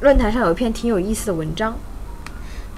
论坛上有一篇挺有意思的文章，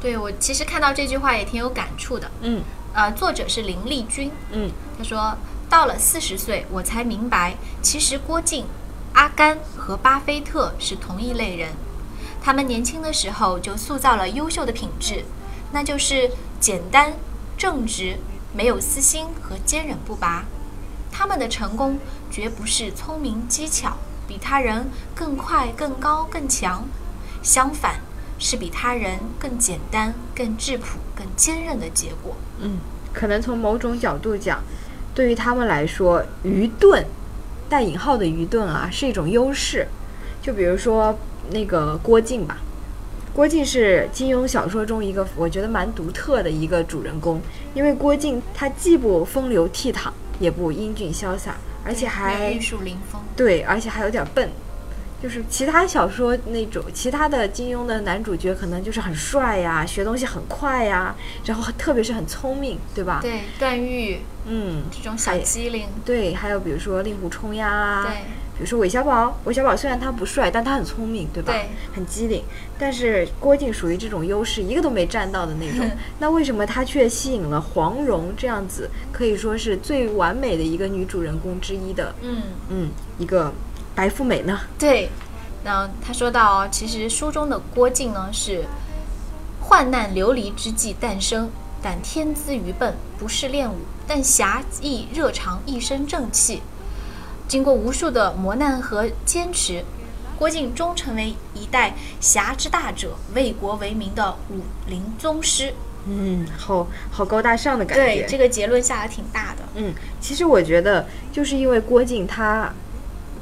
对我其实看到这句话也挺有感触的。嗯呃，作者是林丽君，嗯，她说：“到了四十岁，我才明白，其实郭靖、阿甘和巴菲特是同一类人。他们年轻的时候就塑造了优秀的品质，那就是简单、正直、没有私心和坚韧不拔。他们的成功绝不是聪明技巧比他人更快、更高、更强，相反是比他人更简单、更质朴、更坚韧的结果。”可能从某种角度讲，对于他们来说，愚钝（带引号的愚钝啊）是一种优势。就比如说那个郭靖吧，郭靖是金庸小说中一个我觉得蛮独特的一个主人公，因为郭靖他既不风流倜傥，也不英俊潇洒，而且还玉树临风。对，而且还有点儿笨。就是其他小说那种，其他的金庸的男主角可能就是很帅呀，学东西很快呀，然后特别是很聪明，对吧？对，段誉嗯，这种小机灵，对。还有比如说令狐冲呀，对比如说韦小宝，韦小宝虽然他不帅，但他很聪明，对吧？对很机灵。但是郭靖属于这种优势，一个都没占到的那 种。那为什么他却吸引了黄蓉这样子，可以说是最完美的一个女主人公之一的，嗯，嗯，一个白富美呢？对。那他说到哦，其实书中的郭靖呢是患难流离之际诞生，但天资愚笨，不是练武，但侠义热肠，一身正气。经过无数的磨难和坚持，郭靖终成为一代侠之大者，为国为民的武林宗师。嗯，好好高大上的感觉。对，这个结论下的挺大的。嗯，其实我觉得就是因为郭靖他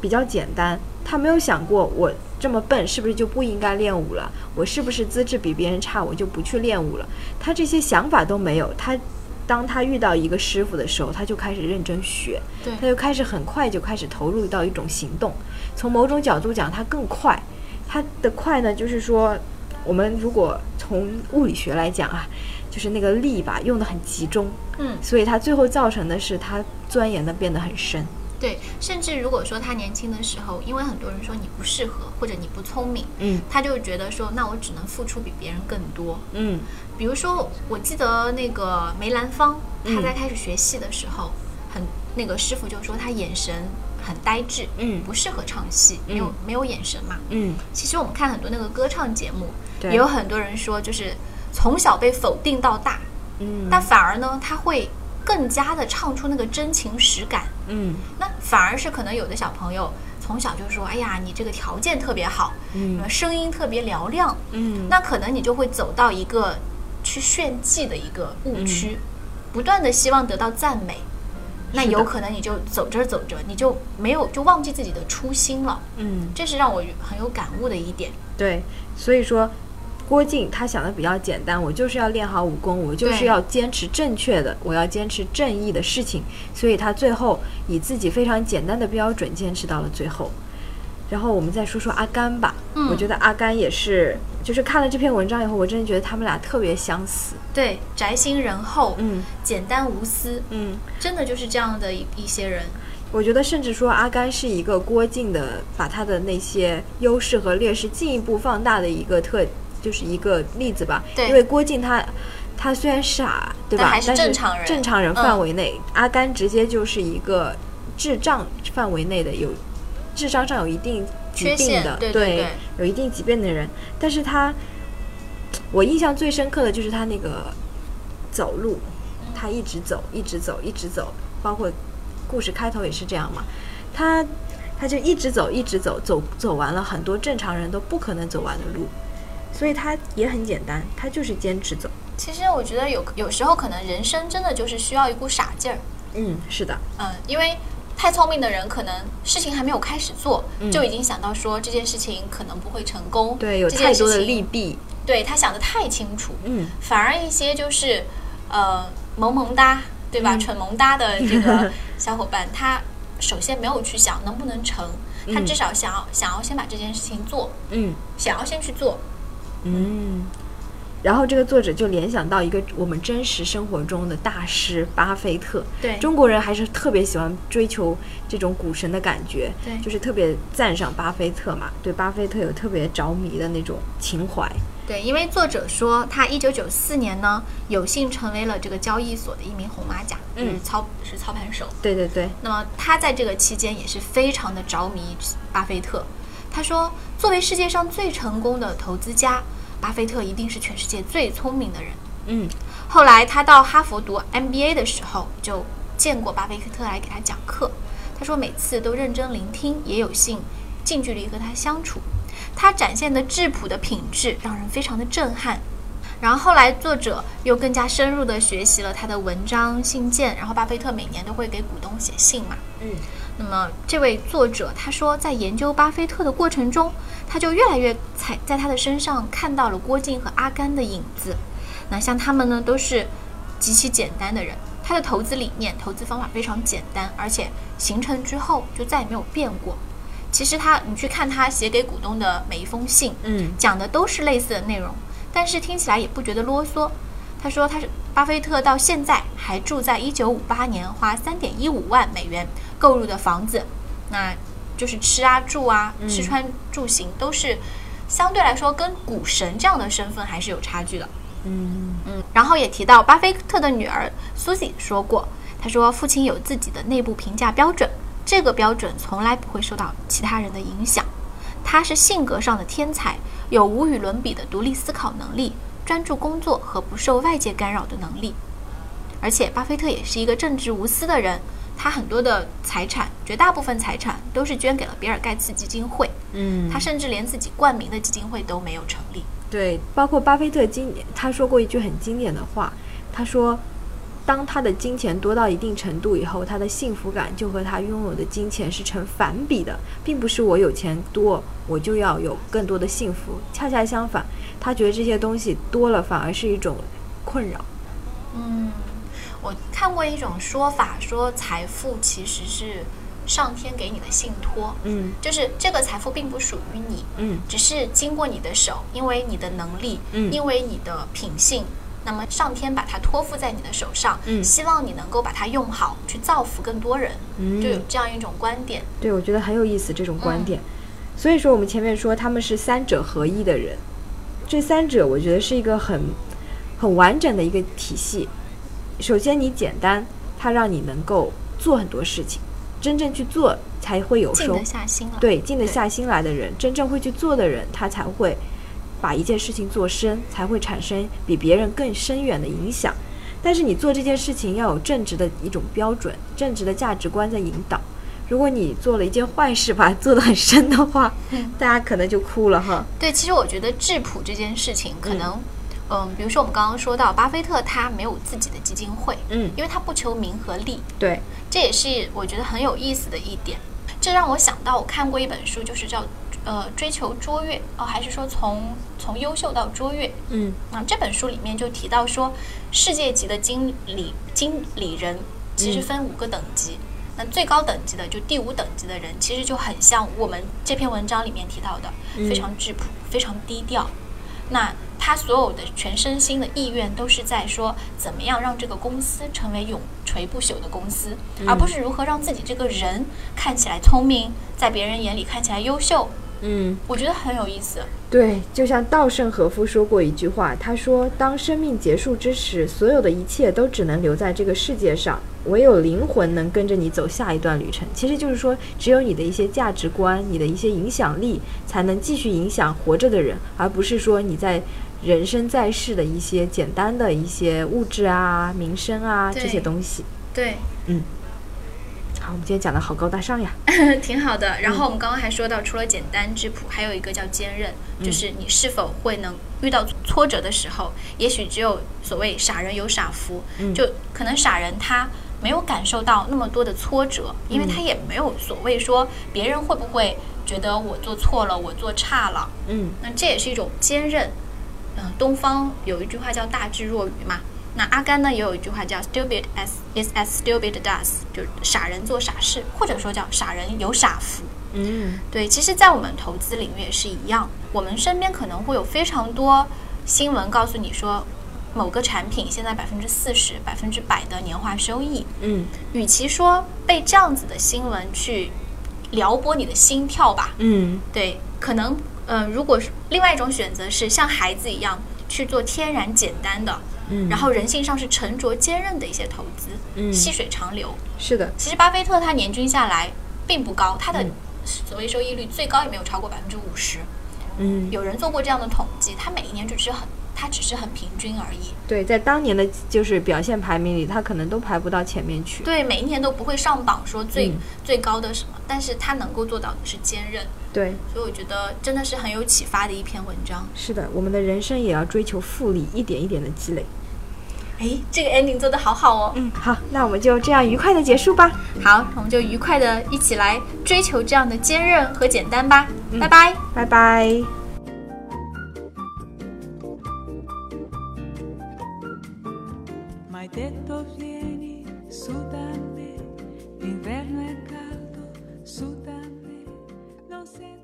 比较简单，他没有想过我这么笨是不是就不应该练武了？我是不是资质比别人差，我就不去练武了？他这些想法都没有。他当他遇到一个师傅的时候，他就开始认真学，对他就开始很快就开始投入到一种行动。从某种角度讲，他更快。他的快呢，就是说我们如果从物理学来讲啊，就是那个力吧，用的很集中。嗯，所以他最后造成的是他钻研的变得很深。对，甚至如果说他年轻的时候，因为很多人说你不适合或者你不聪明，嗯他就觉得说，那我只能付出比别人更多。嗯比如说，我记得那个梅兰芳，他嗯在开始学戏的时候，很那个师傅就说他眼神很呆滞，嗯不适合唱戏，没有没有眼神嘛。嗯，其实我们看很多那个歌唱节目，对也有很多人说，就是从小被否定到大，嗯但反而呢，他会更加的唱出那个真情实感。嗯那反而是可能有的小朋友从小就说：“哎呀，你这个条件特别好，嗯呃声音特别嘹亮。”嗯那可能你就会走到一个去炫技的一个误区，不断的希望得到赞美。那是的有可能你就走着走着，你就没有就忘记自己的初心了，嗯，这是让我很有感悟的一点。对，所以说。郭靖他想的比较简单，我就是要练好武功，我就是对要坚持正确的，我要坚持正义的事情，所以他最后以自己非常简单的标准坚持到了最后。然后我们再说说阿甘吧，嗯我觉得阿甘也是，就是看了这篇文章以后，我真的觉得他们俩特别相似。对，宅心仁厚，嗯简单无私，嗯，真的就是这样的一一些人。我觉得甚至说阿甘是一个郭靖的，把他的那些优势和劣势进一步放大的一个特，就是一个例子吧。对因为郭靖他。他虽然傻，对吧？但但还是正常人正常人嗯范围内，阿甘直接就是一个智障范围内的有智商上有一定疾缺陷病的，对对对有一定疾病的人。但是他，我印象最深刻的就是他那个走路，他一直走，一直走，一直走，包括故事开头也是这样嘛，他他就一直走，一直走，走走完了很多正常人都不可能走完的路，所以他也很简单，他就是坚持走。其实我觉得有有时候可能人生真的就是需要一股傻劲儿，嗯，是的，嗯，因为太聪明的人可能事情还没有开始做，嗯就已经想到说这件事情可能不会成功，对，有这太件事多的情利弊，对他想的太清楚，嗯，反而一些就是呃萌萌哒，对吧？蠢萌哒的这 个小伙伴，他首先没有去想能不能成，他嗯至少想要想要先把这件事情做，嗯想要先去做，嗯。然后这个作者就联想到一个我们真实生活中的大师巴菲特，对中国人还是特别喜欢追求这种股神的感觉，对就是特别赞赏巴菲特嘛，对巴菲特有特别着迷的那种情怀，对，因为作者说他一九九四年呢，有幸成为了这个交易所的一名红马甲，嗯就是操是操盘手。对对对，那么他在这个期间也是非常的着迷巴菲特。他说，作为世界上最成功的投资家，巴菲特一定是全世界最聪明的人。嗯后来他到哈佛读 MBA 的时候，就见过巴菲特来给他讲课。他说每次都认真聆听，也有幸近距离和他相处。他展现的质朴的品质让人非常的震撼。然后后来作者又更加深入的学习了他的文章、信件。然后巴菲特每年都会给股东写信嘛。嗯那么这位作者他说，在研究巴菲特的过程中，他就越来越在在他的身上看到了郭靖和阿甘的影子。那像他们呢，都是极其简单的人，他的投资理念、投资方法非常简单，而且形成之后就再也没有变过。其实他，你去看他写给股东的每一封信，嗯讲的都是类似的内容，但是听起来也不觉得啰嗦。他说他是巴菲特到现在还住在1958年花3.15万美元购入的房子，那就是吃啊住啊、嗯吃穿住行都是相对来说跟股神这样的身份还是有差距的。嗯嗯，然后也提到巴菲特的女儿苏西说过，她说父亲有自己的内部评价标准，这个标准从来不会受到其他人的影响。他是性格上的天才，有无与伦比的独立思考能力、专注工作和不受外界干扰的能力。而且，巴菲特也是一个正直无私的人，他很多的财产，绝大部分财产都是捐给了比尔盖茨基金会，嗯他甚至连自己冠名的基金会都没有成立。对，包括巴菲特经他说过一句很经典的话，他说，当他的金钱多到一定程度以后，他的幸福感就和他拥有的金钱是成反比的，并不是我有钱多我就要有更多的幸福，恰恰相反，他觉得这些东西多了反而是一种困扰。嗯，我看过一种说法，说财富其实是上天给你的信托，嗯就是这个财富并不属于你，嗯只是经过你的手，因为你的能力，嗯因为你的品性，那么上天把它托付在你的手上，嗯希望你能够把它用好，去造福更多人，嗯就有这样一种观点。对，我觉得很有意思这种观点。所以说，我们前面说他们是三者合一的人，这三者我觉得是一个很很完整的一个体系。首先，你简单，它让你能够做很多事情，真正去做才会有静收得。下心了，对，静得对下心来的人，真正会去做的人，他才会把一件事情做深，才会产生比别人更深远的影响。但是你做这件事情要有正直的一种标准，正直的价值观在引导。如果你做了一件坏事吧，做得很深的话，大家可能就哭了哈。对，其实我觉得质朴这件事情，可嗯能，嗯比如说我们刚刚说到，巴菲特他没有自己的基金会，嗯，因为他不求名和利，对，这也是我觉得很有意思的一点。这让我想到，我看过一本书，就是叫呃追求卓越哦，还是说从从优秀到卓越？嗯啊，这本书里面就提到说，世界级的经理经理人其实嗯分五个等级。那最高等级的，就第五等级的人，其实就很像我们这篇文章里面提到的，非嗯常质朴，非常低调。那他所有的全身心的意愿都是在说，怎么样让这个公司成为永垂不朽的公司，嗯而不是如何让自己这个人看起来聪明，在别人眼里看起来优秀。嗯。我觉得很有意思。对，就像稻盛和夫说过一句话，他说：“当生命结束之时，所有的一切都只能留在这个世界上，唯有灵魂能跟着你走下一段旅程。”其实就是说，只有你的一些价值观、你的一些影响力，才能继续影响活着的人，而不是说你在人生在世的一些简单的一些物质啊、名声啊这些对东西。对，好，我们今天讲的好高大上呀。挺好的。然后我们刚刚还说到，除了简单质朴，还有一个叫坚韧，就是你是否会能遇到挫折的时候，也许只有所谓傻人有傻福，嗯就可能傻人他没有感受到那么多的挫折，因为他也没有所谓说别人会不会觉得我做错了，我做差了。嗯那这也是一种坚韧。嗯、东方有一句话叫“大智若愚”嘛。那阿甘呢，也有一句话叫 “stupid as is as stupid does”，就是傻人做傻事，或者说叫傻人有傻福。嗯对，其实，在我们投资领域也是一样，我们身边可能会有非常多新闻告诉你说，某个产品现在百分之四十、百分之百的年化收益。嗯与其说被这样子的新闻去撩拨你的心跳吧，嗯对，可能呃，如果是另外一种选择是像孩子一样去做天然简单的，嗯然后人性上是沉着坚韧的一些投资，嗯细水长流。是的，其实巴菲特他年均下来并不高，他的所谓收益率最高也没有超过百分之五十。嗯有人做过这样的统计，他每一年只是很，他只是很平均而已。对，在当年的就是表现排名里，他可能都排不到前面去。对，每一年都不会上榜说最、嗯最高的什么，但是他能够做到的是坚韧，对，所以我觉得真的是很有启发的一篇文章。是的，我们的人生也要追求复利，一点一点的积累。哎，这个 ending 做的好好哦。嗯，好，那我们就这样愉快的结束吧，好，我们就愉快的一起来追求这样的坚韧和简单吧。拜拜。拜拜。 Ma hai detto vieni su da me, l'inverno è caldo, su da me, non sento